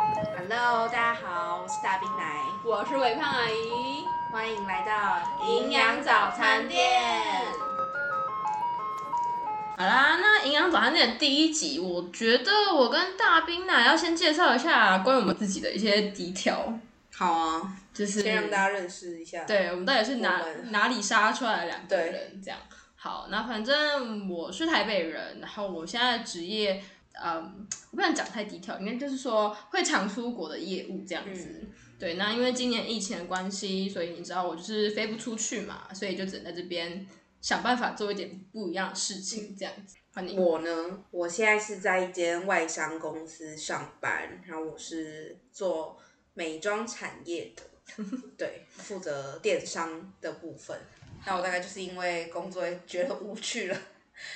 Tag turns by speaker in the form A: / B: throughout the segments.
A: Hello，大家好，我是大冰奶，
B: 我是伟胖阿姨，
A: 欢迎来到
B: 好啦，那营养早餐店的第一集，我觉得我跟大冰奶要先介绍一下关于我们自己的一些低调，
A: 好啊，
B: 就是
A: 先让大家认识一下。，
B: 对我们到底是哪
A: 我们
B: 哪里杀出来的两个
A: 对
B: 人这样。好，那反正我是台北人，然后我现在的职业，嗯，我不想讲太低调，应该就是说会常出国的业务这样子。
A: 嗯
B: 对，那因为今年疫情的关系，所以你知道我就是飞不出去嘛，所以就只能在这边想办法做一点不一样的事情这样子。欢迎。
A: 我呢，我现在是在一间外商公司上班，然后我是做美妆产业的， 对，负责电商的部分。那我大概就是因为工作觉得无趣了，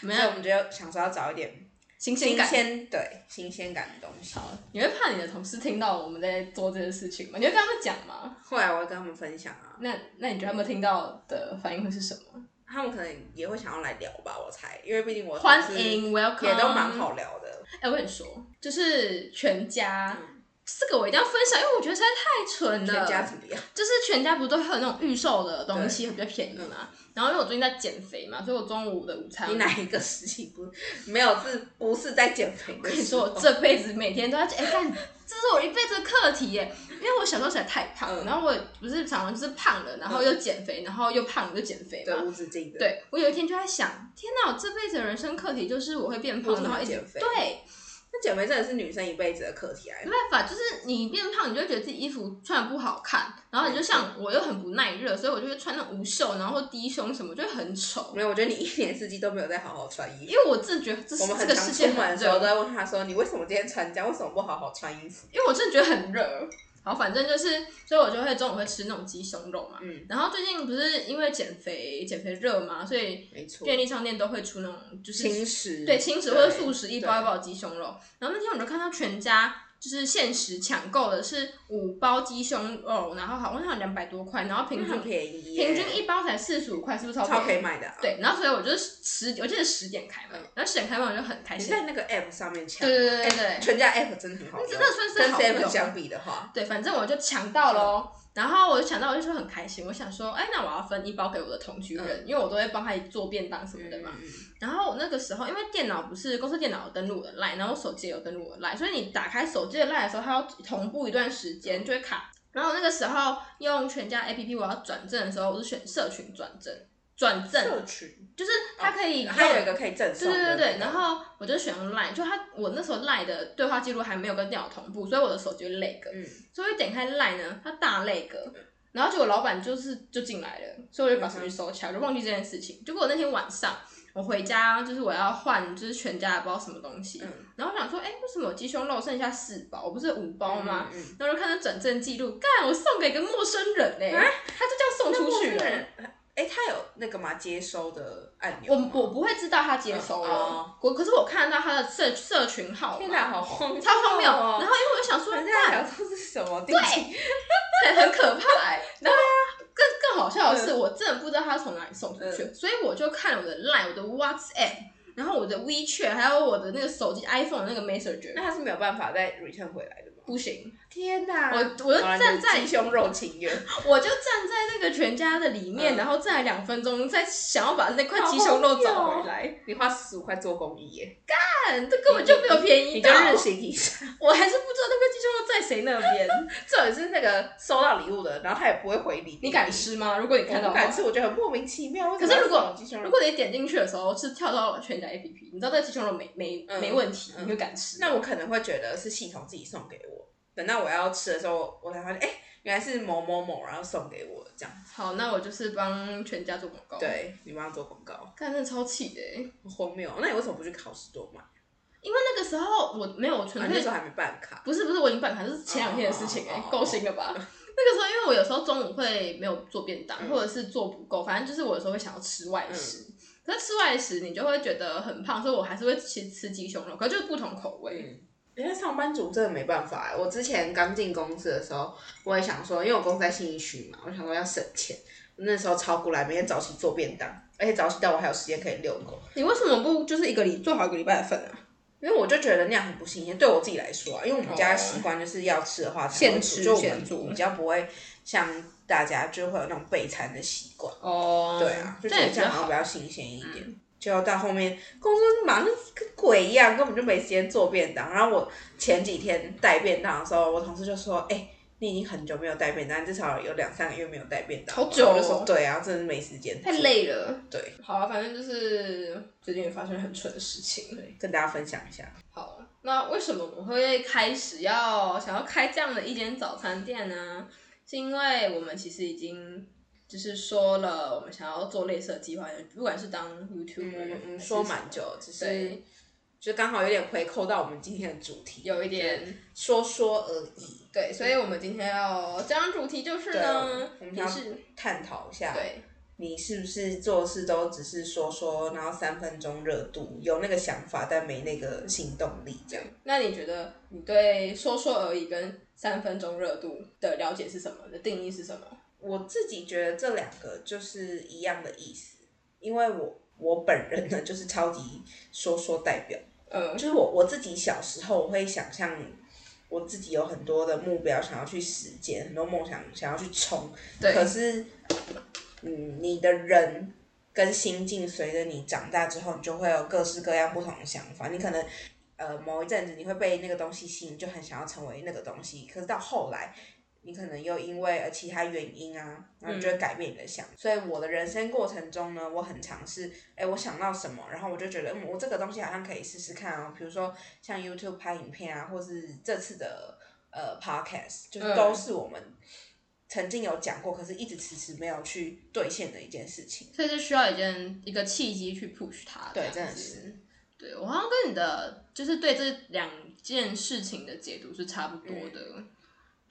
A: 所
B: 没
A: 以
B: 有
A: 我们就要想说要找一点
B: 嗯新鲜
A: 新
B: 感。
A: 鲜，对，新鲜感的东西。
B: 好，你会怕你的同事听到我们在做这件事情吗？你会跟他们讲吗？
A: 后来我会跟他们分享啊，
B: 那那你觉得他们听到的反应会是什么？
A: 他们可能也会想要来聊吧，我猜，因为毕竟我同事
B: 欢迎，welcome，
A: 也都蛮。好聊的。
B: 哎、我跟你说，就是全家、这个我一定要分享，因为我觉得实在太
A: 嗯
B: 蠢了。
A: 全家怎么样？
B: 就是全家不都会有那种预售的东西比较便宜嘛？然后因为我最近在减肥嘛，所以我中午的午餐
A: 你。哪一个时期不没有是不是在减肥？我
B: 跟你说，我这辈子每天都要减哎、看，这是我一辈子的课题耶！ 因为我小时候实在太胖
A: 嗯
B: 了，然后我不是常常就是胖了，然后又减肥，然后又胖了又减肥
A: 对啊
B: 嘛。
A: 无止境的，，
B: 对，我有一天就在想，天哪，我这辈子的人生课题就是我会变
A: 不
B: 胖，
A: 停
B: 然后
A: 的
B: 一直
A: 减肥。
B: 对，
A: 那减肥真的是女生一辈子的课题啊。
B: 没办法，就是你变胖，你就会觉得自己衣服穿的不好看，然后你就像我又很不耐热，所以我就会穿那种无袖，然后低胸什么，就会很丑。
A: 没有，我觉得你一年四季都没有在好好穿衣
B: 因
A: 服。
B: 为我自觉得这
A: 我们
B: 这
A: 很
B: 个
A: 常
B: 世
A: 出
B: 界
A: 门的
B: 很
A: 时候都
B: 热，
A: 在问他说：“你为什么今天穿这样？为什么不好好穿衣服
B: 因为我真的觉得很热。好，反正就是，所以我就会中午会吃那种鸡胸肉嘛。
A: 嗯，
B: 然后最近不是因为减肥减肥热嘛，所以？”
A: 没错，
B: 便利商店都会出那种就是
A: 轻食
B: 对轻食或者素食一包
A: 对
B: 一包的鸡胸肉。然后那天我就看到全家就是限时抢购的是五包鸡胸肉，然后好像两百多块，然后平
A: 很
B: 均
A: 便宜耶，
B: 平均一包才四十五块，是不是超
A: 超可
B: 便
A: 以
B: 宜？
A: 买的啊。
B: 对，然后所以我就是十，我记得十点开门，然后十点开门我就很开
A: 嗯你
B: 心。
A: 在那个 app 上面抢，
B: 对对对对
A: 哎
B: 对
A: 全家 app 真的很好用，
B: 真的算是
A: 跟
B: 好
A: seven
B: 用
A: 相比的话，
B: 对，反正我就抢到喽。然后我就抢到，我就说很开心。我想说，哎，那我要分一包给我的同居
A: 嗯
B: 人，因为我都会帮他做便当什么的嘛。然后我那个时候，因为电脑不是公司电脑有登录我的 line，然后我手机也有登录我的 line，所以你打开手机的 line 的时候，它要同步一段时间就会卡。然后我那个时候用全家 APP 我要转正的时候，我是选社群转正，转正
A: 社群，哦
B: 就是它可以
A: 还有一
B: 用
A: 个可以赠送
B: 对
A: 的
B: 对
A: 那
B: 对
A: 个，
B: 对，然后我就选用 Line，就它我那时候 Line 的对话记录还没有跟电脑同步，所以我的手机 lag，
A: 嗯，
B: 所以我一点开 Line 呢，它大 lag，然后结果老板就是就进来了，所以我就把手机收起来，我就忘记这件事情。结果我那天晚上我回家，就是我要换就是全家的不知道什么东西，
A: 嗯
B: 然后我想说，哎、为什么我鸡胸肉剩下四包，我不是五包吗？
A: 嗯？嗯
B: 然后就看到转正记录，干，我送给一个陌生人嘞、他就这样送
A: 啊那
B: 出
A: 陌
B: 去
A: 生
B: 了。
A: 人，哎，他有那个吗？接收的按钮
B: 我
A: 吗？
B: 我不会知道他接收
A: 嗯
B: 了
A: 哦，
B: 我、可是我看得到他的社社群号
A: 天
B: 码，
A: 哪，好荒
B: 超荒谬。
A: 哦
B: 然后因为我就想说，
A: 人
B: 干
A: 家还想说是什么地址？
B: 对，很可怕、
A: 啊
B: 欸。然后更更好笑
A: 嗯
B: 的是，我真的不知道他从哪里送出去，所以我就看了我的 Line、我的 WhatsApp，然后我的 WeChat，还有我的那个手机 iPhone 的那个 Messenger，
A: 那他是没有办法再 return 回来的吗？
B: 不行，
A: 天哪！
B: 我我就站在
A: 鸡胸肉情缘，
B: 我就站在那个全家的里面，
A: 嗯
B: 然后站了两分钟，再想要把那块鸡胸肉
A: 哦
B: 找回来，
A: 你花十五块做公益耶，
B: 看这根本就没有便宜
A: 你
B: 到
A: 就，任性一 下。
B: 我还是不知道那个鸡胸肉在谁那边。
A: 这也是那个收到礼物的，然后他也不会回礼。
B: 你敢？吃吗？如果你看
A: 我
B: 到
A: 不
B: 的话
A: 敢吃，我觉得很莫名其妙。
B: 可是如果
A: 鸡胸
B: 如
A: 肉，
B: 果你点进去的时候是跳到全家 APP，你知道那个鸡胸肉没没
A: 嗯
B: 没问题，
A: 嗯
B: 你会敢吃。
A: 那我可能会觉得是系统自己送给我，等到我要吃的时候，我才发现，哎、原来是某某某，然后送给我这样。
B: 好，那我就是帮全家做广告。，
A: 对，你帮他做广告，
B: 干真的超气的欸，
A: 好荒谬哦。那你为什么不去考试多买？啊，
B: 因为那个时候我没有我
A: 你
B: 纯
A: 啊那
B: 粹、
A: 时候还没办卡。
B: 不是不是我已经办卡，就是前两天的事情哎、
A: 哦哦哦哦
B: 够新了吧？ 那个时候因为我有时候中午会没有做便当，
A: 嗯
B: 或者是做不够，反正就是我有时候会想要吃外食。可是吃外食，你就会觉得很胖，所以我还是会吃吃鸡胸肉，可是就是不同口味。
A: 嗯。因为上班族真的没办法哎、我之前刚进公司的时候，我也想说，因为我公司在信义区嘛，我想说要省钱。那时候超过来，每天早起做便当，而且早起到我还有时间可以遛狗。
B: 你为什么不就是一个礼做好一个礼拜的份啊？
A: 因为我就觉得那样很不新鲜，对我自己来说啊，因为我们家
B: 哦
A: 习惯就是要吃的话才
B: 现
A: 会
B: 吃
A: 就我
B: 现
A: 们
B: 做
A: 比较不会像大家就会有那种备餐的习惯。
B: 哦，
A: 对啊，就
B: 这
A: 觉
B: 样
A: 得
B: 也比
A: 这
B: 较
A: 样好像
B: 好
A: 比。较新鲜一点。就到后面工作忙得跟鬼一样，根本就没时间做便当。然后我前几天带便当的时候，我同事就说：“哎、你已经很久没有带便当，至少有两三个月没有带便当了。”
B: 好久哦
A: 我就说：“对啊，真的没时间。”
B: 太。累了，
A: 对，
B: 好啊，反正就是最近也发生很蠢的事情。对，
A: 跟大家分享一下，
B: 好，那为什么我会开始要想要开这样的一间早餐店呢？是因为我们其实已经就是说了，我们想要做类似的计划，不管是当 YouTuber，、
A: 嗯嗯，
B: 还是
A: 说蛮久了，只是
B: 对
A: 就刚好有点回扣到我们今天的主题，
B: 有一点
A: 说说而已。
B: 对，所以我们今天要这样主题就是呢，
A: 我们
B: 也
A: 要
B: 是
A: 探讨一下，
B: 对
A: 你是不是做事都只是说说，然后三分钟热度，有那个想法但没那个行动力这样？
B: 那你觉得你对说说而已跟三分钟热度的了解是什么？的定义是什么？
A: 我自己觉得这两个就是一样的意思，因为我我本人呢就是超级说说代表，
B: 呃，
A: 就是我我自己小时候我会想象我自己有很多的目标想要去实践，很多梦想想要去冲，
B: 对
A: 可是，嗯，你的人跟心境随着你长大之后，你就会有各式各样不同的想法。你可能呃某一阵子你会被那个东西吸引，就很想要成为那个东西，可是到后来。你可能又因为呃其他原因啊，然后你就会改变你的想法。所以我的人生过程中呢，我很尝试，哎，我想到什么，然后我就觉得，嗯，我这个东西好像可以试试看啊。比如说像 YouTube 拍影片啊，或是这次的呃 Podcast，就是
B: 嗯
A: 都是我们曾经有讲过，可是一直迟迟没有去兑现的一件事情。
B: 所以是需要一件一个契机去 push 它。
A: 对，
B: 这
A: 真
B: 样
A: 的
B: 子
A: 是，
B: 对我好像跟你的就是对这两件事情的解读是差不多的。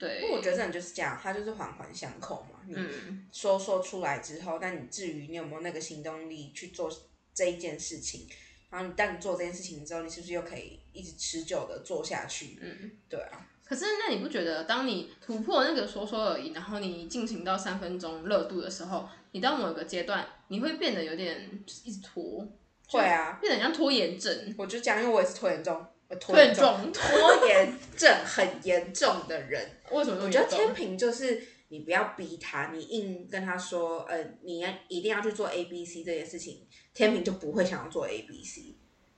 A: 因
B: 对，
A: 为我觉得真的就是这样，它就是环环相扣嘛。你
B: 嗯，
A: 说说出来之后，但你至于你有没有那个行动力去做这一件事情，然后你当你做这件事情之后，你是不是又可以一直持久的做下去？嗯，对啊，
B: 可是那你不觉得，当你突破那个说说而已，然后你进行到三分钟热度的时候，你到某个阶段，你会变得有点就是一直拖，
A: 会啊，
B: 变得很像拖延症。
A: 我就讲，因为我也是拖延症，我拖
B: 拖延
A: 延
B: 症，
A: 拖延症很严重的人。
B: 为什么这么
A: 我觉
B: 严
A: 得
B: 重？
A: 天平就是你不要逼他，你硬跟他说，呃，你要一定要去做 A B C 这件事情，天平就不会想要做 A B C，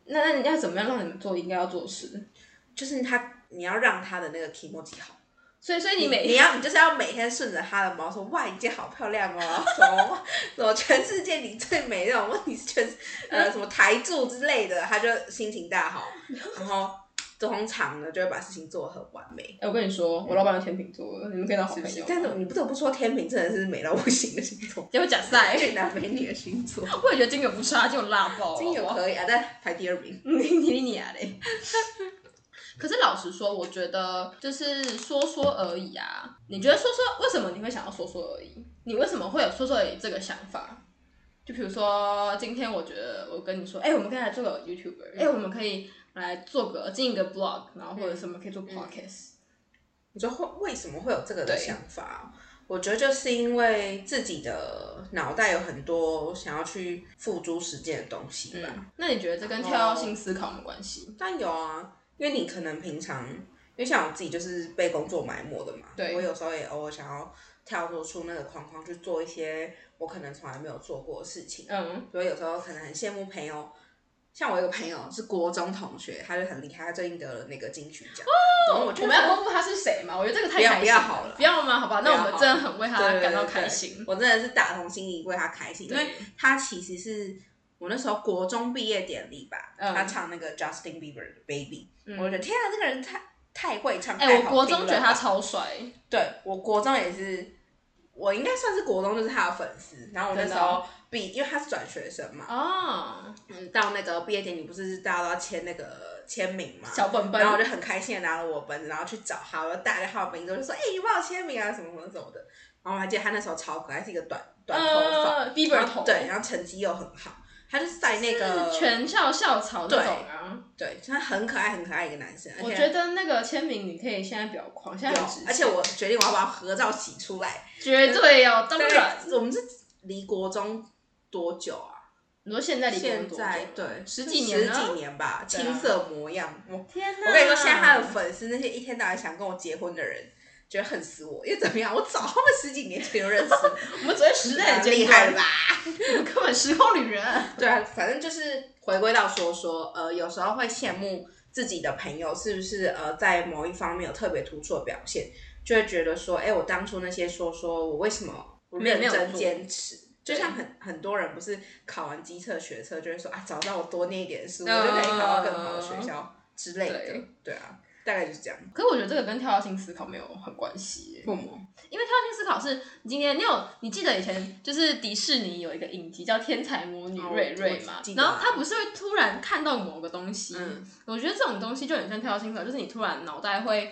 B: 那那你要怎么样让你们做应该要做的事？
A: 就是他你要让他的那个 e m o j i 好，
B: 所以，所以你每
A: 你要你就是要每天顺着他的毛说，哇，你今天好漂亮哦， 什么什么全世界你最美那种，问你是全呃什么台柱之类的，他就心情大 好，然后通常呢就会把事情做得很完美。
B: 哎、我跟你说，我老板是天秤座的，你们可以当好朋友。
A: 但嗯是你不得不说，天平真的是美到不行的星座，
B: 结果假赛，
A: 最南美女的星座。
B: 我也觉得金牛不差，就辣爆了。
A: 金牛
B: 好不好
A: 可以啊，但排第二名。
B: 你你你啊嘞！ 可是老实说，我觉得就是说说而已啊。你觉得说说为什么你会想要说说而已？你为什么会有说说而已这个想法？就比如说，今天我觉得我跟你说，哎、我们可以来做个 YouTuber，哎、
A: 嗯
B: 我们可以来做个经营一个 blog，然后或者什么可以
A: 嗯
B: 做 podcast，、
A: 你说会为什么会有这个的
B: 对
A: 想法？我觉得就是因为自己的脑袋有很多想要去付诸实践的东西吧。
B: 嗯，那你觉得这跟跳跃性思考有没有关系？
A: 但有啊，因为你可能平常，因为像我自己就是被工作埋没的嘛，
B: 对
A: 我有时候也偶尔想要跳脱出那个框框去做一些我可能从来没有做过的事情。
B: 嗯，
A: 所以有时候可能很羡慕朋友，像我有个朋友是国中同学，他就很厉害，他最近得了那个金曲奖。然后
B: 哦
A: 哦
B: 我
A: 我就
B: 们要公布他是谁吗？我觉得这个太
A: 不要
B: 开心
A: 不要好了
B: 不要吗？好吧，那我们真的很为他
A: 对对
B: 感到
A: 对
B: 开心。
A: 我真的是打从心里为他开心，因
B: 对
A: 为他其实是我那时候国中毕业典礼吧，
B: 嗯
A: 他唱那个 Justin Bieber 的 Baby，、
B: 嗯
A: 我就觉得天啊，这个人太太会唱，
B: 哎、
A: 太
B: 我
A: 好
B: 国
A: 听
B: 中
A: 了
B: 觉得他
A: 吧，
B: 超帅，
A: 对我国中也是，我应该算是国中就是他的粉丝，然后我那
B: 真
A: 时
B: 的
A: 候毕，因为他是转学生嘛，
B: 哦，
A: 嗯，到那个毕业典礼不是大家都要签那个签名嘛，
B: 小本本
A: 然后我就很开心的拿了我本子，然后去找他，我就带着他的名字，我就说，哎、你帮我签名啊，什么什么什么的。然后我还记得他那时候超可爱，是一个短短头发，
B: 呃，Bieber
A: 然
B: 头，
A: 后对，然后成绩又很好，他就是在那个
B: 是全校校草那种啊。
A: 对，他很可爱很可爱一个男生，而
B: 我
A: 且
B: 觉得那个签名你可以现在比较狂，现在
A: 有
B: 很值，钱
A: 而且我决定我要把合照洗出来。
B: 绝对哦，当
A: 大
B: 然
A: 概我们是离国中多久啊？
B: 你说现在离结婚
A: 现
B: 多久
A: 在
B: 了？
A: 对
B: 十几年
A: 十
B: 呢
A: 几年吧，
B: 对啊
A: 青涩模样。我
B: 天哪！
A: 我跟你说，现在他的粉丝那些一天到晚想跟我结婚的人，觉得恨死我，因为怎么样，我早他们十几年前就认识你，
B: 我们只会 时代的尖端
A: 厉害了吧？？
B: 我们根本时空旅人。
A: 对啊，反正就是回归到说说，呃，有时候会羡慕自己的朋友是不是呃在某一方面有特别突出的表现，就会觉得说，哎，我当初那些说说我为什么不认
B: 没有
A: 真
B: 做
A: 坚持？就
B: 对
A: 像很很多人不是考完机测学测就会说啊，早知道我多念一点书，
B: 嗯
A: 我就可以考到更好的学校之类的。
B: 对
A: 对啊，大概就是这样。
B: 可是我觉得这个跟跳跃性思考没有很关系耶，
A: 父母
B: 因为跳跃性思考是你今天你有你记得以前就是迪士尼有一个影集叫《天才魔女
A: 哦
B: 瑞
A: 我
B: 瑞》嘛
A: 记，得
B: 然
A: 啊
B: 后她不是会突然看到某个东西，
A: 嗯
B: 我觉得这种东西就很像跳跃性思考，就是你突然脑袋会。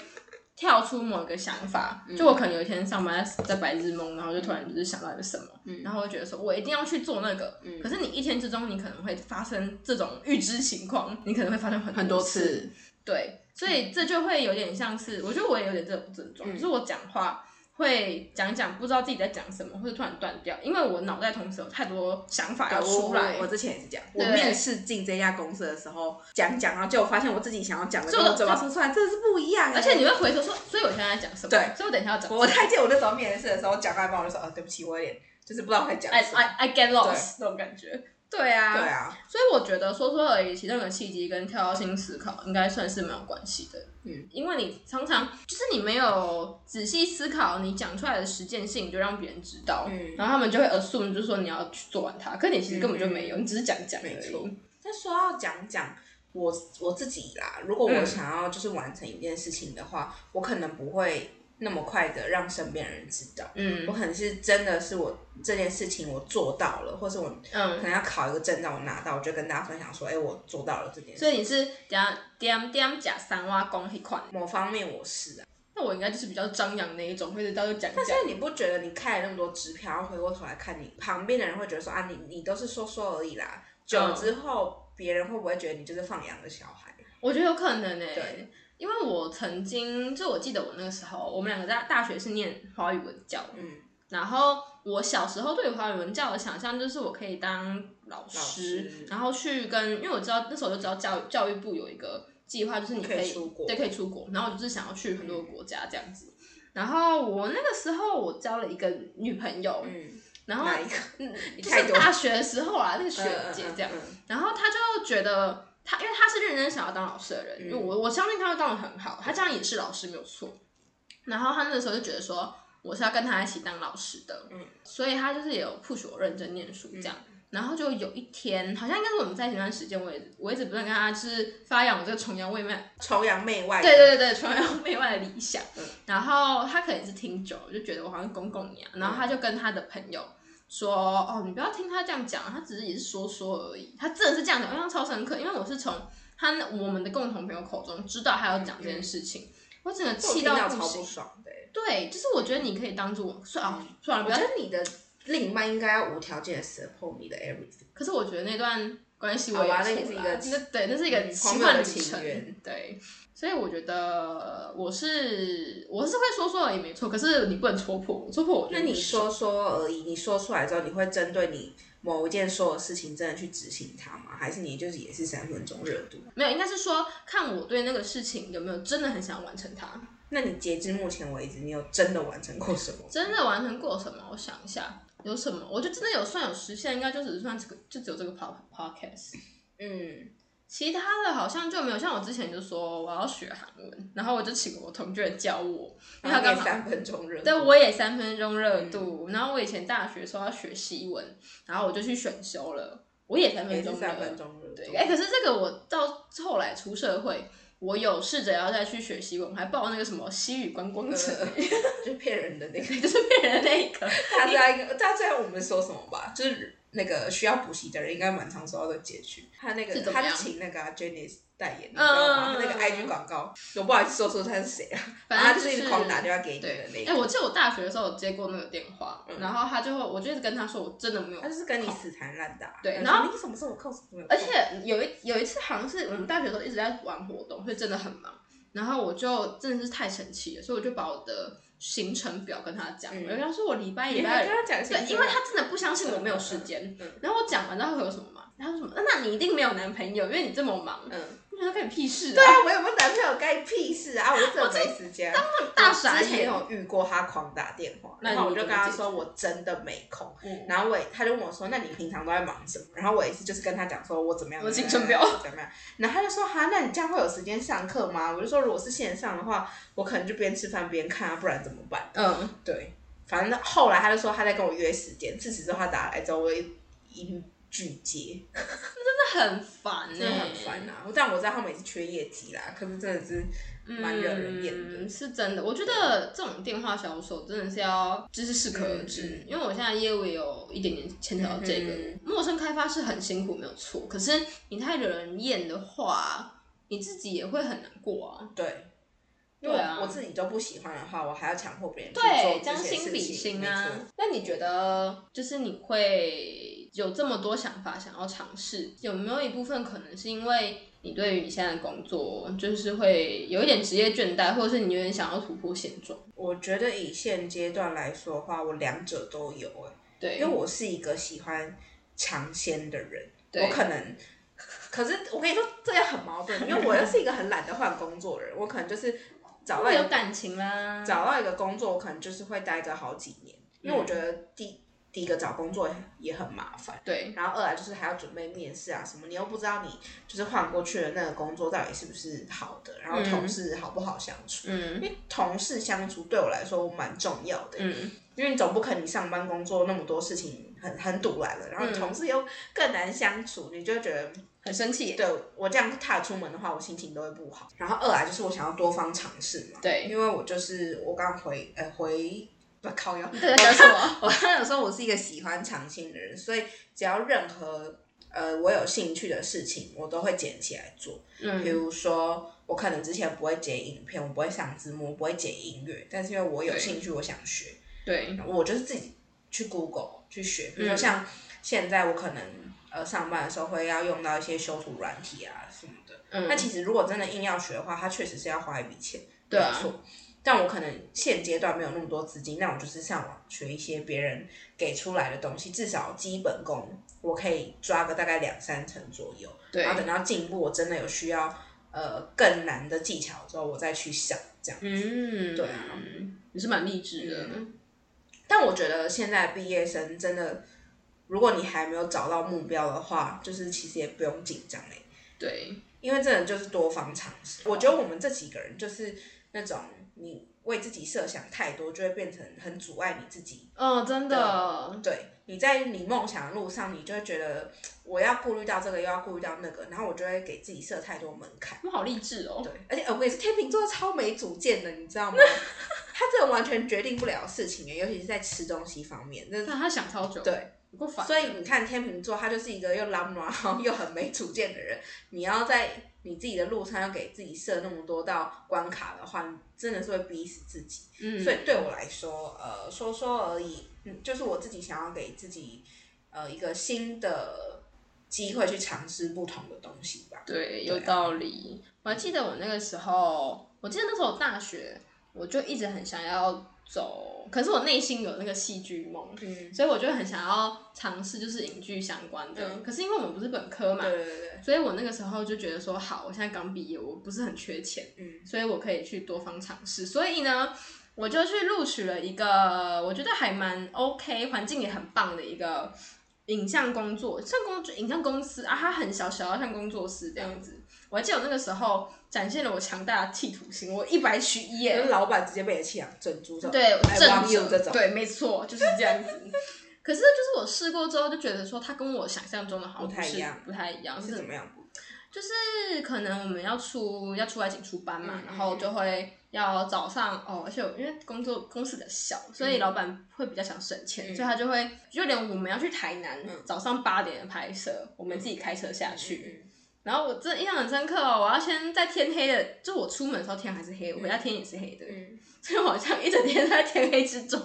B: 跳出某一个想法，
A: 嗯
B: 就我可能有一天上班在在白日梦，然后就突然就是想到一个什么，
A: 嗯
B: 然后我就觉得说我一定要去做那个，
A: 嗯
B: 可是你一天之中你可能会发生这种预知情况，你可能会发生很多次，对，所以这就会有点像是，我觉得我也有点这种症状，
A: 嗯
B: 就是我讲话会讲一讲不知道自己在讲什么，或者突然断掉，因为我脑袋同时有太多想法要
A: 我
B: 出来
A: 我，我之前也是这样，我
B: 哦对
A: 面试进这家公司的时候讲讲，然后结果发现我自己想要讲的
B: 就
A: 跟我嘴巴说出来真的是不一样欸。
B: 而且你会回头说，所以我现在在讲什么？
A: 对
B: 所以我等一下要讲什么。
A: 我太记得我那时候面试的时候讲到一半，我就说呃对不起，我有点就是不知道该讲
B: I
A: 什么。
B: I I get lost 那种感觉。对啊，
A: 对啊，
B: 所以我觉得说说而已，其中的契机跟跳跃性思考应该算是没有关系的。
A: 嗯，
B: 因为你常常就是你没有仔细思考，你讲出来的实践性就让别人知道，
A: 嗯
B: 然后他们就会 assume 就是说你要去做完它，可你其实根本就没有，你只是讲讲而
A: 嗯没错
B: 已。
A: 那说到讲讲我我自己啦，如果
B: 嗯
A: 我想要就是完成一件事情的话，我可能不会那么快的让身边人知道。
B: 嗯
A: 我可能是真的是我这件事情我做到了，或是我可
B: 嗯，
A: 能要考一个证让我拿到，我就跟大家分享说，哎、我做到了这件事。
B: 所以你是点点点假三挖工那款，
A: 某方面我是啊，
B: 那我应该就是比较张扬那一种，会到处讲
A: 但
B: 讲。
A: 是你不觉得你开了那么多支票，然后回过头来看你旁边的人会觉得说啊，你你都是说说而已啦，久了之后、别人会不会觉得你就是放羊的小孩？
B: 我觉得有可能诶、欸
A: 对
B: 因为我曾经就我记得我那个时候，我们两个在大学是念华语文教，
A: 嗯，
B: 然后我小时候对华语文教的想象就是我可以当老师，
A: 老师
B: 然后去跟，因为我知道那时候我就知道教育教育部有一个计划，就是你
A: 可以出国嗯
B: 对，可以出国，然后我就是想要去很多个国家这样子。然后我那个时候我交了一个女朋友，
A: 嗯，
B: 然后
A: 哪一个？
B: 嗯就
A: 太
B: 是
A: 多
B: 大学的时候啊，那个学
A: 嗯
B: 姐这样，
A: 嗯嗯
B: 然后他就觉得他，因为他是认真想要当老师的人，
A: 嗯
B: 因为我我相信他会当的很好，他这样也是老师没有错。然后他那时候就觉得说，我是要跟他一起当老师的，
A: 嗯，
B: 所以他就是也有 push 我认真念书这样。然后就有一天，好像应该是我们在一起那段时间，我也我一直不断跟他就是发扬我这个崇洋媚外，
A: 崇洋媚外。
B: 对对对对，崇洋媚外的理想。
A: 嗯
B: 然后他可能是听久了，就觉得我好像公公
A: 嗯
B: 一样，然后他就跟他的朋友说：“哦，你不要听他这样讲，他只是也是说说而已。”他真的是这样讲，我印象超深刻，因为我是从他我们的共同朋友口中知道他要讲这件事情，我整个
A: 这我
B: 气
A: 听到
B: 不
A: 超
B: 行。
A: 不嗯爽的欸、
B: 对，就是我觉得你可以当做算了算了，
A: 我
B: 不
A: 觉
B: 要。
A: 得你的另一半应该要无条件的 support 你的 everything。
B: 可是我觉得那段关系我
A: 好吧
B: 也
A: 那也是一个
B: 那对，那是一个
A: 嗯
B: 奇幻
A: 荒谬的
B: 旅
A: 情
B: 程
A: 缘。
B: 对，所以我觉得我是我是会说说而已，没错。可是你不能戳破我，戳破我觉
A: 那
B: 得
A: 你
B: 不爽
A: 说说而已，你说出来之后，你会针对你某一件说的事情真的去执行它吗？还是你就是也是三分钟热度？
B: 没有，应该是说看我对那个事情有没有真的很想完成它，
A: 那你截至目前为止，你有真的完成过什么？
B: 真的完成过什么？我想一下。有什么？我就真的有算有实现，应该就只是算这个，就只有这个 pod podcast，
A: 嗯，
B: 其他的好像就没有。像我之前就说我要学韩文，然后我就请我同居人教我，因为他
A: 然后
B: 刚
A: 你也
B: 好
A: 三分钟热度。
B: 对，我也三分钟热度。然后我以前大学的时候要学西文，然后我就去选修了，我也三
A: 也
B: 分
A: 是
B: 钟
A: 三
B: 热
A: 分
B: 度。
A: 钟热度。
B: 对，哎、可是这个我到后来出社会，我有试着要再去学西文，我还报那个什么西语观光城，
A: 嗯就是骗人的那个。
B: 就是骗人的那一 个。
A: 大家应该，大家我们说什么吧？就是那个需要补习的人，应该蛮常收到这个结局。他那个
B: 是怎么
A: 他
B: 样
A: 就请那个、啊、Jenny 代言，你知道吗？
B: 嗯嗯嗯
A: 他那个 IG 广告，我不好意思说出他是谁啊，
B: 反正
A: 他就是一直狂打电话给你
B: 对
A: 的，那
B: 哎、
A: 个。嗯
B: 我记得我大学的时候有接过那个电话，然后他就会，我就一直跟他说，我真的没有
A: 他就是跟你死缠烂打，
B: 对
A: 他说
B: 嗯然后
A: 你什么时候有空，什么时候有空
B: 而且有一有一次好像是我们大学的时候一直在玩活动，所以真的很忙。然后我就真的是太生气了，所以我就把我的行程表跟他讲，
A: 嗯
B: 我就跟他说我礼拜
A: 你
B: 礼
A: 还
B: 拜
A: 跟他讲清
B: 对，
A: 楚，
B: 因为他真的不相信我没有时间。
A: 嗯
B: 然后我讲完，他会有什么嘛？他说什么？那你一定没有男朋友，因为你这么忙。
A: 嗯，
B: 我觉得跟你屁事
A: 对
B: 啊！
A: 啊，我有没有男朋友该屁事啊，我就真的没时间啊。
B: 大傻
A: 之前
B: 眼。哦
A: 有遇过他狂打电话，
B: 那你
A: 然后我就
B: 怎
A: 跟
B: 么
A: 他
B: 解
A: 说
B: 决
A: 我真的没空，
B: 嗯
A: 然后我也他就问我说，那你平常都在忙什么？然后我也是就是跟他讲说我怎么样，
B: 我
A: 怎么样
B: 行程表
A: 怎么样，然后他就说哈，那你这样会有时间上课吗？我就说如果是线上的话，我可能就边吃饭边看啊，不然怎么办？
B: 嗯，
A: 对，反正后来他就说他在跟我约时间，自此之后他打来之后我也一律拒接，
B: 那很烦欸呢、
A: 真的很烦啊。
B: 嗯
A: 但我知道他们也是缺业绩啦，可是真的是蛮惹人厌的。
B: 嗯，是真的。我觉得这种电话销售真的是要就是适可而止，
A: 嗯
B: 因为我现在业务也有一点点牵扯到这个。
A: 嗯
B: 陌生开发是很辛苦，没有错。可是你太惹人厌的话，你自己也会很难过啊。
A: 对，因为
B: 对啊
A: 我自己都不喜欢的话，我还要强迫别人去
B: 对，
A: 做
B: 将
A: 这些
B: 心
A: 事
B: 比
A: 情
B: 心
A: 没
B: 啊
A: 错。
B: 那你觉得，就是你会有这么多想法想要尝试，有没有一部分可能是因为你对于你现在的工作，就是会有一点职业倦怠，或者是你有点想要突破现状？
A: 我觉得以现阶段来说的话，我两者都有哎、
B: 对，
A: 因为我是一个喜欢尝鲜的人，
B: 对
A: 我可能。可是我跟你说，这也很矛盾，因为我又是一个很懒得换工作的人，我可能就是找到
B: 会
A: 一
B: 有
A: 个
B: 感情啦，
A: 找到一个工作，我可能就是会待个好几年，因为我
B: 嗯
A: 觉得第第一个找工作也很麻烦，
B: 对
A: 然后二来就是还要准备面试啊什么，你又不知道你就是换过去的那个工作到底是不是好的，然后
B: 嗯
A: 同事好不好相处。因
B: 嗯
A: 为同事相处对我来说蛮重要的，
B: 嗯，
A: 因为你总不可能你上班工作那么多事情很很堵来了，然后
B: 嗯
A: 同事又更难相处，你就会觉得
B: 很生气耶，
A: 对我这样踏出门的话，我心情都会不好。然后二来就是我想要多方尝试嘛，
B: 对，
A: 因为我就是我刚回呃回不靠 腰，
B: 对，讲什 么？
A: 我刚有说我是一个喜欢尝鲜的人，所以只要任何呃我有兴趣的事情，我都会捡起来做。比
B: 嗯，
A: 如说，我可能之前不会剪影片，我不会上字幕，我不会剪音乐，但是因为我有
B: 对
A: 兴趣，我想学，
B: 对，嗯
A: 我就是自己去 Google 去学。比如说像现在我可能呃上班的时候会要用到一些修图软体啊什么的。
B: 嗯，
A: 那其实如果真的硬要学的话，它确实是要花一笔钱，
B: 对啊
A: 没错。但我可能现阶段没有那么多资金，那我就是上网学一些别人给出来的东西，至少基本功我可以抓个大概两三成左右。
B: 对
A: 然，后等到进步，我真的有需要呃更难的技巧之后，我再去想这样。
B: 嗯，
A: 对啊，嗯
B: 你是蛮励志的，
A: 但我觉得现在毕业生真的，如果你还没有找到目标的话，就是其实也不用紧张哎、
B: 对，
A: 因为真的就是多方尝试。我觉得我们这几个人就是那种你为自己设想太多，就会变成很阻碍你自己。
B: 嗯，真的，
A: 对，你在你梦想的路上，你就会觉得我要顾虑到这个，又要顾虑到那个，然后我就会给自己设太多门槛。
B: 他们好励志哦。
A: 对，而且呃我也是天秤座超没主见的，你知道吗？他真的完全决定不了事情欸耶，尤其是在吃东西方面，真的
B: 但他想超久，
A: 对，
B: 不够烦。
A: 所以你看天秤座，他就是一个又浪漫，然 后又很没主见的人。你要在你自己的路上要给自己设那么多道关卡的话，你真的是会逼死自己。
B: 嗯，
A: 所以对我来说，呃，说说而已，嗯，就是我自己想要给自己呃一个新的机会去尝试不同的东西吧。
B: 对，
A: 啊
B: 有道理。我还记得我那个时候，我记得那时候我大学，我就一直很想要走，可是我内心有那个戏剧梦，
A: 嗯，
B: 所以我就很想要尝试就是影剧相关的。
A: 嗯
B: 可是因为我们不是本科嘛，
A: 对对对，
B: 所以我那个时候就觉得说，好，我现在刚毕业，我不是很缺钱，
A: 嗯
B: 所以我可以去多方尝试。所以呢，我就去录取了一个我觉得还蛮 OK，环境也很棒的一个影像工作，像工作影像公司啊，它很小小，像工作室这样子。
A: 嗯
B: 我还记得我那个时候展现了我强大的企图心，我一百取一耶
A: 可是老板直接被你气养整猪这种
B: 对，
A: I
B: 正
A: want you 这种
B: 对，没错，就是这样子。 可是就是我试过之后，就觉得说它跟我想象中的好像
A: 不太
B: 是
A: 一样
B: 不太一样，
A: 是
B: 是
A: 怎么样？
B: 就是可能我们要出要出外景出班嘛，
A: 嗯
B: 然后就会要早上哦，而且我因为工作公司比较小，所以老板会比较想省钱，
A: 嗯
B: 所以他就会就连我们要去台南、
A: 嗯
B: 早上八点的拍摄，我们自己开车下去。然后我真的印象很深刻哦，我要先在天黑的，就我出门的时候天还是黑，我回家天也是黑的，
A: 嗯
B: 所以我好像一整天都在天黑之中。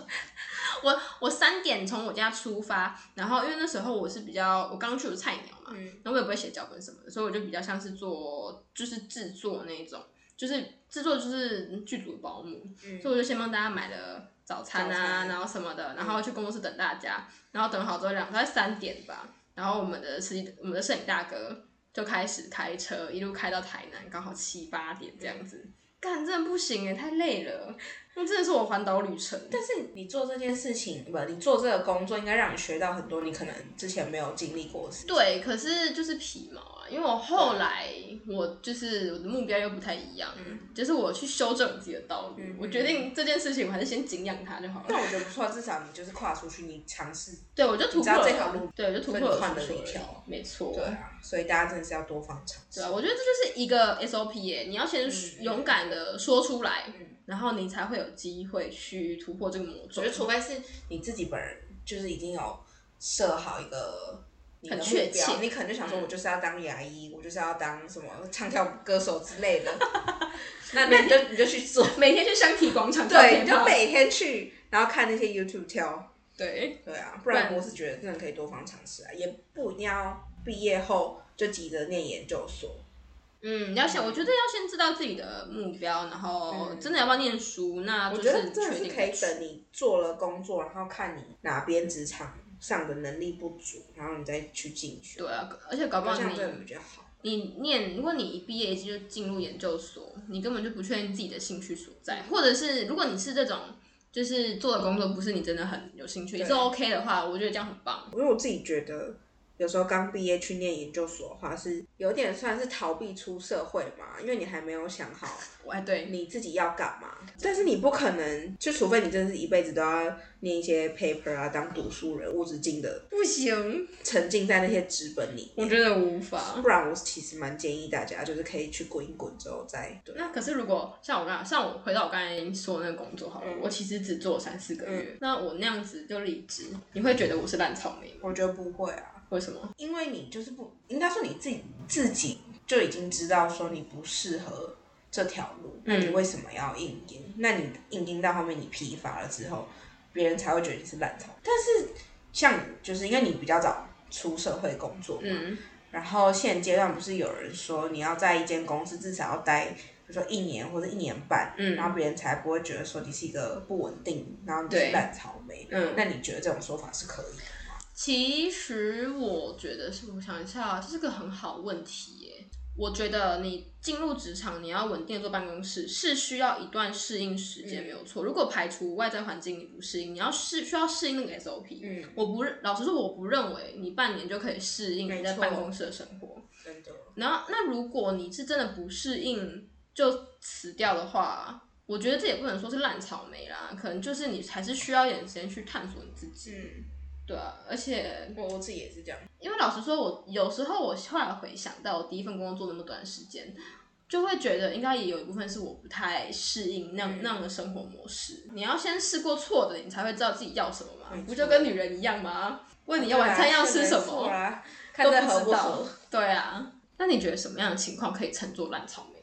B: 我我三点从我家出发，然后因为那时候我是比较我刚去我是菜鸟嘛，
A: 嗯
B: 然后我也不会写脚本什么的，所以我就比较像是做就是制作那一种，就是制作就是剧组的保姆，
A: 嗯
B: 所以我就先帮大家买了早餐
A: 早
B: 啊，
A: 餐
B: 然后什么的，然后去工作室等大家，然后等好之后两大概三点吧，然后我们的司机我们的摄影大哥就开始开车，一路开到台南，刚好七八点这样子。干，真的不行哎，太累了。那真的是我环岛旅程。
A: 但是你做这件事情，不，你做这个工作，应该让你学到很多你可能之前没有经历过的事。
B: 对，可是就是皮毛啊，因为我后来我就是我的目标又不太一样，就是我去修正我自己的道路。
A: 嗯
B: 我决定这件事情，我还是先敬仰它就好了。
A: 但我觉得不错，至少你就是跨出去，你尝试。
B: 对，我就突
A: 你知
B: 破
A: 道
B: 了
A: 这条路
B: 对，我就突
A: 所
B: 破
A: 以你
B: 了
A: 换了
B: 出去
A: 一条，
B: 没错。
A: 对啊，所以大家真的是要多方尝试
B: 对啊，。我觉得这就是一个 SOP 耶、你要先
A: 嗯
B: 勇敢的说出来，
A: 嗯
B: 然后你才会有机会去突破这个魔
A: 我
B: 咒
A: 觉。得除非是你自己本人就是已经有设好一个你的
B: 很
A: 目
B: 确
A: 标，
B: 切
A: 你可能就想说，我就是要当牙医，我就是要当什么唱跳歌手之类 的，那那你就你就去做，
B: 每天去香体广场跳
A: 对，
B: 天
A: 你就
B: 堂，
A: 每天去，然后看那些 YouTube 跳，
B: 对，
A: 对啊，不然我是觉得真的可以多方尝试啊，也不一定要毕业后就急着念研究所，
B: 嗯，要先，我觉得要先知道自己的目标，然后真的要不要念书，那
A: 嗯我
B: 啊就
A: 觉得
B: 是
A: 真的
B: 确
A: 是
B: 定
A: 可以
B: 去
A: 等你做了工作，然后看你哪边职场上的能力不足，然后你再去进修，
B: 对啊，而且搞不
A: 好
B: 好
A: 像
B: 你
A: 真的比较好。
B: 你念，如果你一毕业就进入研究所，你根本就不确定自己的兴趣所在，或者是如果你是这种就是做的工作不是你真的很有兴趣，也是 OK 的话，我觉得这样很棒。
A: 因为我自己觉得，有时候刚毕业去念研究所的话，是有点算是逃避出社会嘛，因为你还没有想好
B: 哎，对，
A: 你自己要干嘛。但是你不可能，就除非你真的是一辈子都要念一些 paper 啊，当读书人，无止境的
B: 不行，
A: 沉浸在那些纸本里。
B: 我觉得无法。
A: 不然，我其实蛮建议大家，就是可以去滚一滚之后再对。
B: 那可是如果像我刚像我回到我刚才说的那个工作好了，我其实只做三四个月，那我那样子就离职，你会觉得我是烂草莓吗？
A: 我觉得不会啊，
B: 为什么？
A: 因为你就是不应该说你自己自己就已经知道说你不适合这条路，那你为什么要硬盯？那你硬盯到后面你疲乏了之后，别人才会觉得你是烂草。但是像你就是因为你比较早出社会工作嘛，
B: 嗯，
A: 然后现阶段不是有人说你要在一间公司至少要待，比如说一年或者一年半，
B: 嗯
A: 然后别人才不会觉得说你是一个不稳定，然后你
B: 对
A: 是烂草莓。
B: 嗯
A: 那你觉得这种说法是可以的吗？
B: 其实我觉得是，我想一下，这是个很好问题耶。我觉得你进入职场，你要稳定地坐办公室，是需要一段适应时
A: 嗯
B: 间，没有错。如果排除外在环境你不适应，你要适需要适应那个 SOP。
A: 嗯，
B: 我不认，老实说，我不认为你半年就可以适应你
A: 没
B: 在
A: 错
B: 办公室的生活。
A: 真的。
B: 然后，那如果你是真的不适应就辞掉的话，我觉得这也不能说是烂草莓啦，可能就是你还是需要一点时间去探索你自己。
A: 嗯，
B: 对啊，而且
A: 我我自己也是这样。
B: 因为老实说，我有时候我后来回想到我第一份工作做那么短时间，就会觉得应该也有一部分是我不太适应那样、
A: 嗯
B: 那样的生活模式。你要先试过错的，你才会知道自己要什么嘛
A: 没，错
B: 不就跟女人一样吗？问你
A: 要
B: 要晚餐要吃什
A: 错
B: 么，
A: 啊，看
B: 都
A: 这合
B: 知
A: 不
B: 道
A: 合。。
B: 对啊，那你觉得什么样的情况可以称作烂草莓？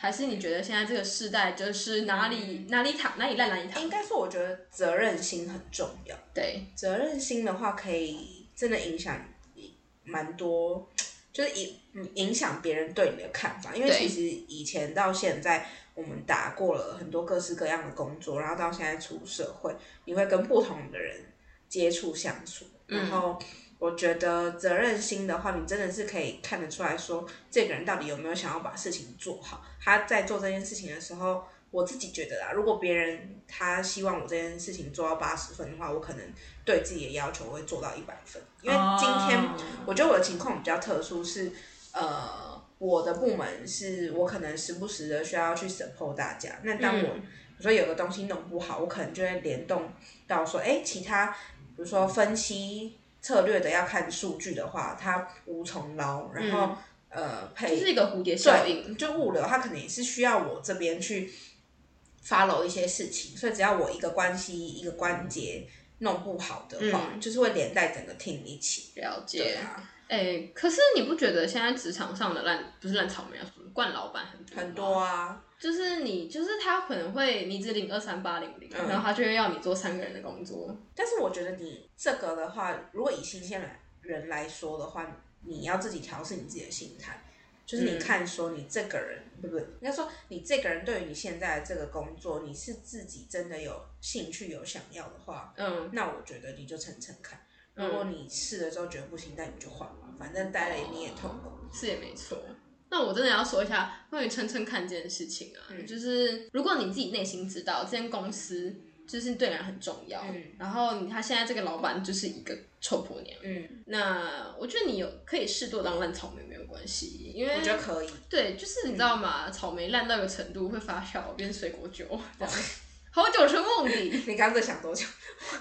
B: 还是你觉得现在这个世代就是哪里哪里躺哪里烂哪里
A: 嗯
B: 躺？
A: 应该说，我觉得责任心很重要。
B: 对，
A: 责任心的话，可以真的影响你蛮多，就是影嗯影响别人对你的看法。因为
B: 对
A: 其实以前到现在，我们打过了很多各式各样的工作，然后到现在出社会，你会跟不同的人接触相处，
B: 嗯
A: 然后。我觉得责任心的话，你真的是可以看得出来说，这个人到底有没有想要把事情做好。他在做这件事情的时候，我自己觉得啦，如果别人他希望我这件事情做到八十分的话，我可能对自己的要求会做到一百分。因为今天
B: 哦
A: 我觉得我的情况比较特殊是，呃，我的部门是我可能时不时的需要去 support 大家。那当我、
B: 嗯
A: 比如说有个东西弄不好，我可能就会联动到说，哎，其他比如说分析策略的要看数据的话，它无从捞，然后、呃
B: 嗯就
A: 配
B: 是一个蝴蝶效
A: 对，
B: 应。
A: 就物流，它可能也是需要我这边去 follow 一些事情，所以只要我一个关系一个关节弄不好的话，
B: 嗯
A: 就是会连带整个 team 一起。
B: 了
A: 对
B: 解。
A: 啊，
B: 哎、可是你不觉得现在职场上的烂不是烂草莓啊，什么惯老板很多吗
A: 很多，啊，
B: 就是你就是他可能会你只领二三八零零，
A: 嗯
B: 然后他就会要你做三个人的工作，
A: 但是我觉得你这个的话，如果以新鲜人人来说的话，你要自己调试你自己的心态。就是你
B: 嗯
A: 看说你这个人，不不，应该说你这个人对于你现在的这个工作，你是自己真的有兴趣有想要的话，
B: 嗯，
A: 那我觉得你就撑撑看。
B: 嗯
A: 如果你试了之后觉得不行，那你就换嘛，反正待了你也痛苦。
B: 是也没错。那我真的要说一下关于撑撑看这件事情啊，
A: 嗯
B: 就是如果你自己内心知道这间公司就是对人很重要，
A: 嗯
B: 然后你他现在这个老板就是一个臭婆娘，
A: 嗯，
B: 那我觉得你有可以适度当烂草莓没有关系，因为
A: 我觉得可以。
B: 对，就是你知道吗？
A: 嗯
B: 草莓烂到一个程度会发酵变水果酒，
A: 哦
B: 这样好酒成瓮 底。
A: 你刚刚在想多久？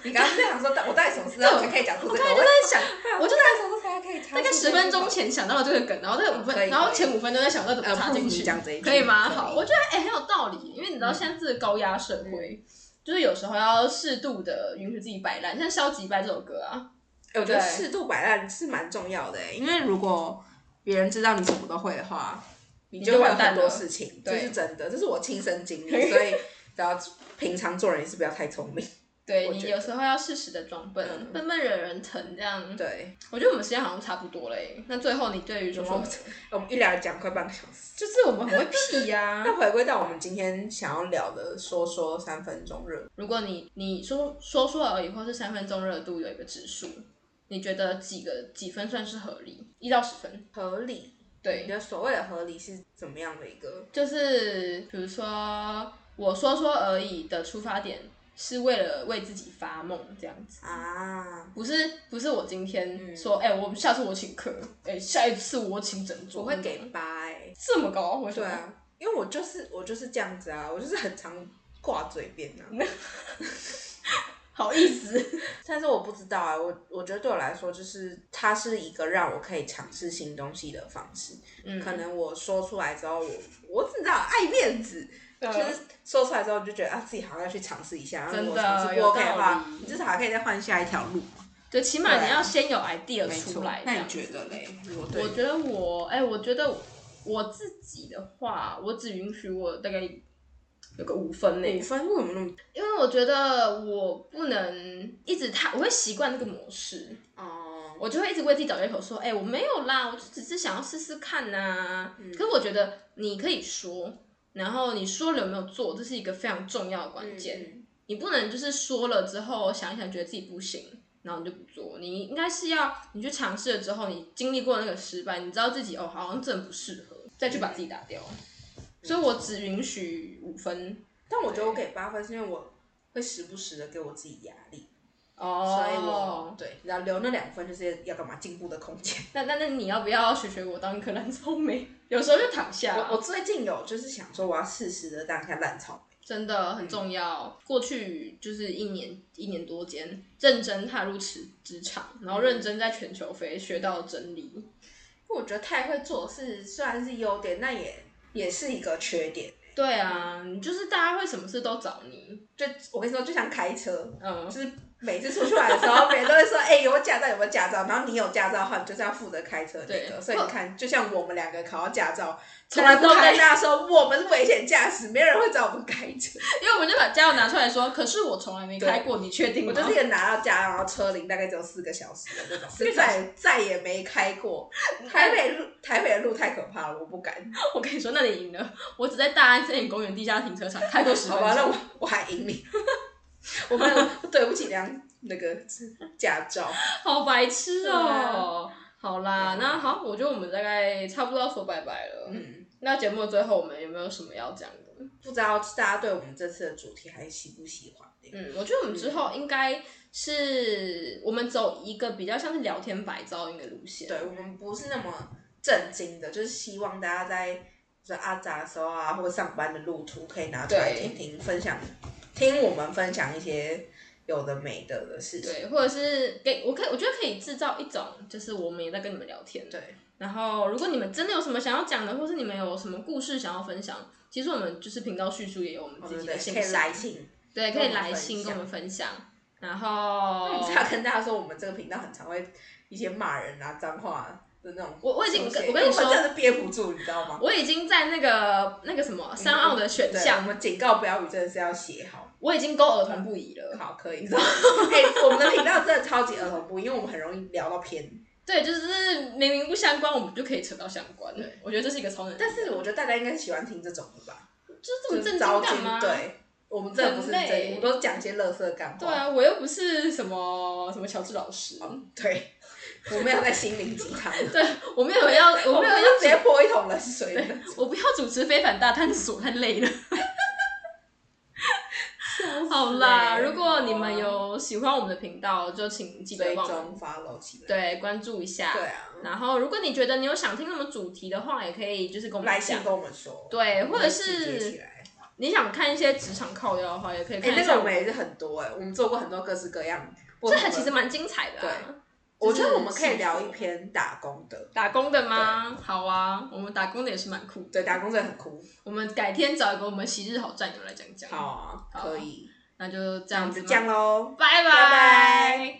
A: 你刚刚在想说，我到底什么时候才可以讲出
B: 我
A: 这个？
B: 刚才就
A: 我
B: 在想，我就
A: 到底什么时候才可以插
B: 大概
A: 出
B: 十
A: 哦这
B: 分
A: 句
B: 钟
A: 话
B: 前想到了这个梗，然后这五
A: 可
B: 分，
A: 以
B: 然后
A: 可以
B: 前五分钟在想到怎么
A: 呃
B: 插
A: 不
B: 进
A: 如你
B: 去，
A: 讲这一句
B: 可以吗？
A: 可以嗯
B: 好，我觉得哎、很有道理，因为你知道现在这个高压社会，就是有时候要适度的允许自己摆烂，像《消极摆》这首歌啊，
A: 欸我觉得
B: 对
A: 适度摆烂是蛮重要的欸，因为如果别人知道你什么都会的话，你就
B: 就
A: 会有
B: 完蛋
A: 很多
B: 了
A: 事情，这
B: 对
A: 是真的，这是我亲身经历， 所以只要平常做人也是不要太聪明。
B: 对
A: 我
B: 你
A: 觉
B: 有时候要适时的装笨
A: 嗯，
B: 笨笨惹人疼这样。
A: 对，
B: 我觉得我们时间好像差不多嘞，那最后你对于什
A: 我
B: 么
A: 们？我们一聊讲快半个小时，
B: 就是我们很会屁 呀、
A: 那回归到我们今天想要聊的，说说三分钟热度，
B: 如果你你说说出来而已，或是三分钟热度有一个指数，你觉得几个几分算是合理？一到十分，
A: 合理。你
B: 对，
A: 的所谓的合理是怎么样的一个？
B: 就是比如说我说说而已的出发点是为了为自己发梦这样子。
A: 啊，
B: 不是不是，我今天
A: 嗯
B: 说，哎、我下次我请客，哎、下一次我请整桌，
A: 我会给八哎、
B: 这么高，为什
A: 对
B: 么？
A: 啊，因为我就是我就是这样子啊，我就是很常挂嘴边啊。
B: 好意思，
A: 但是我不知道啊，我我觉得对我来说，就是它是一个让我可以尝试新东西的方式。
B: 嗯
A: 可能我说出来之后，我我只知道爱面 子，
B: 就
A: 就是说出来之后，你就觉得啊，自己好像要去尝试一下。然后如果
B: 啊真的
A: 尝试不
B: 有
A: OK 的
B: 道
A: 话
B: 理，
A: 你至少还可以再换下一条路。
B: 就起码你
A: 对啊
B: 要先有 idea 出来。
A: 那
B: 这
A: 你
B: 样子
A: 觉得嘞？如果
B: 我
A: 对，
B: 觉得我，哎、我觉得我自己的话，我只允许我大概有个五分呢、
A: 五分为什么那么？
B: 因为我觉得我不能一直太，我会习惯这个模式，
A: 哦、
B: 我就会一直为自己找借口说，哎、我没有啦，我就只是想要试试看呐、可是我觉得你可以说，然后你说了有没有做，这是一个非常重要的关
A: 嗯
B: 键。你不能就是说了之后想一想觉得自己不行，然后你就不做。你应该是要你去尝试了之后，你经历过那个失败，你知道自己哦好像真的不适合，再去把自己打掉。
A: 嗯
B: 所以我只允许五分
A: 但我觉得我给八分是因为我会时不时的给我自己压力，
B: 哦
A: 所以我对，然后留那两分就是要干嘛进步的空间。
B: 那那那你要不要学学我当一颗烂草莓？有时候就躺下，啊
A: 我我最近有就是想说，我要适时的当一下烂草莓。
B: 真的很重要。过去就是一年一年多间，认真踏入职职场，然后认真在全球飞，学到真理。
A: 我觉得太会做事虽然是优点，但也也是一个缺点。
B: 对啊，你就是大家会什么事都找你，
A: 就我跟你说，就像开车，
B: 嗯，
A: 就是每次出去玩的时候， 别人都会说：“哎、有没有驾照？有没有驾照？”然后你有驾照的话，你就是要负责开车那
B: 对
A: 个。所以你看，就像我们两个考到驾照，
B: 从来
A: 但
B: 不
A: 是不
B: 开
A: 跟大家说我们是危险驾驶，没有人会找我们开车。
B: 因为我们就把驾照拿出来说，可是我从来没开过，你确定吗？
A: 我就是一个拿到驾照，然后车龄大概只有四个小时的那种，是再再也没开 过。台北路台北的路太可怕了，我不敢。
B: 我跟你说，那你赢了。我只在大安森林公园地下停车场开过十
A: 好
B: 分
A: 吧，那
B: 钟
A: 我。我还赢你， 我没有对不起梁那个驾照。
B: 好白痴哦、
A: 对
B: 好啦，
A: 对
B: 那好，我觉得我们大概差不多要说拜拜了。
A: 嗯，
B: 那节目的最后，我们有没有什么要讲的？
A: 不知道大家对我们这次的主题还喜不喜欢、欸？
B: 嗯，我觉得我们之后应该是我们走一个比较像是聊天白噪音的路线。
A: 对我们不是那么震惊的，就是希望大家在就是阿杂的时候啊，或上班的路途可以拿出来
B: 对
A: 听听，分享听我们分享一些有的没的的事情。
B: 对，或者是给我可以，我觉得可以制造一种，就是我们也在跟你们聊天。
A: 对，
B: 然后，如果你们真的有什么想要讲的，或是你们有什么故事想要分享，其实我们就是频道叙述也有我们
A: 哦对
B: 自己
A: 对
B: 的
A: 对，
B: 信
A: 可以
B: 箱
A: 来，信。
B: 对，可以来信
A: 跟
B: 跟
A: 我
B: 我
A: 们
B: 们分享。然后
A: 我，们要跟大家说，我们这个频道很常会一些骂人啊、脏话啊的那种出现。
B: 我我已经跟
A: 因
B: 我跟
A: 为
B: 你说
A: 们真的憋不住，你知道吗？
B: 我已经在那个那个什
A: 嗯
B: 么三奥的选
A: 对，我
B: 项，
A: 们警告标语真的是要写好，
B: 我已经勾儿童不宜了。
A: 好可以。哎、我们的频道真的超级儿童不宜，因为我们很容易聊到偏。
B: 对，就是明明不相关，我们就可以扯到相关的。我觉得这是一个超能力，
A: 但是我觉得大家应该喜欢听这种的吧？
B: 就是这
A: 就
B: 么
A: 是
B: 正
A: 糟
B: 经
A: 心
B: 干嘛？
A: 对，我们这不是
B: 很累
A: 这，我们都讲些乐色干话。
B: 对啊，我又不是什么什么乔治老师，
A: 嗯对，我没有在心灵鸡汤，
B: 对 我没有要，
A: 我
B: 我没
A: 们
B: 有要
A: 就直接
B: 主，
A: 泼一桶冷水的。
B: 我不要主持非凡大探索，太累了。 好啦，如果你们有喜欢我们的频道，就请记得
A: 追
B: 帮我们
A: 踪 follow 起来，
B: 对关注一下。
A: 对啊，
B: 然后，如果你觉得你有想听什么主题的话，也可以就是跟我
A: 来
B: 们
A: 信
B: 讲。
A: 跟我们说，
B: 对，
A: 我
B: 或者
A: 们集结起
B: 是
A: 来。
B: 你想看一些职场靠腰的话，也可以
A: 哎、
B: 看一
A: 那个
B: 下
A: 我
B: 我们。
A: 们也是很多哎、我们做过很多各式各样。不
B: 这
A: 同的
B: 还其实蛮精彩的、啊。
A: 我觉得
B: 就是
A: 我们可以聊
B: 幸
A: 一
B: 福
A: 篇打工的，
B: 打工的吗？好啊，我们打工的也是蛮酷的。
A: 对，打工真的很酷。
B: 我们改天找一个我们昔日好战友来讲讲。
A: 好，啊，
B: 好
A: 可以，
B: 那就这
A: 那我
B: 样
A: 们
B: 子
A: 就这
B: 吧
A: 样喽。拜
B: 拜拜
A: 拜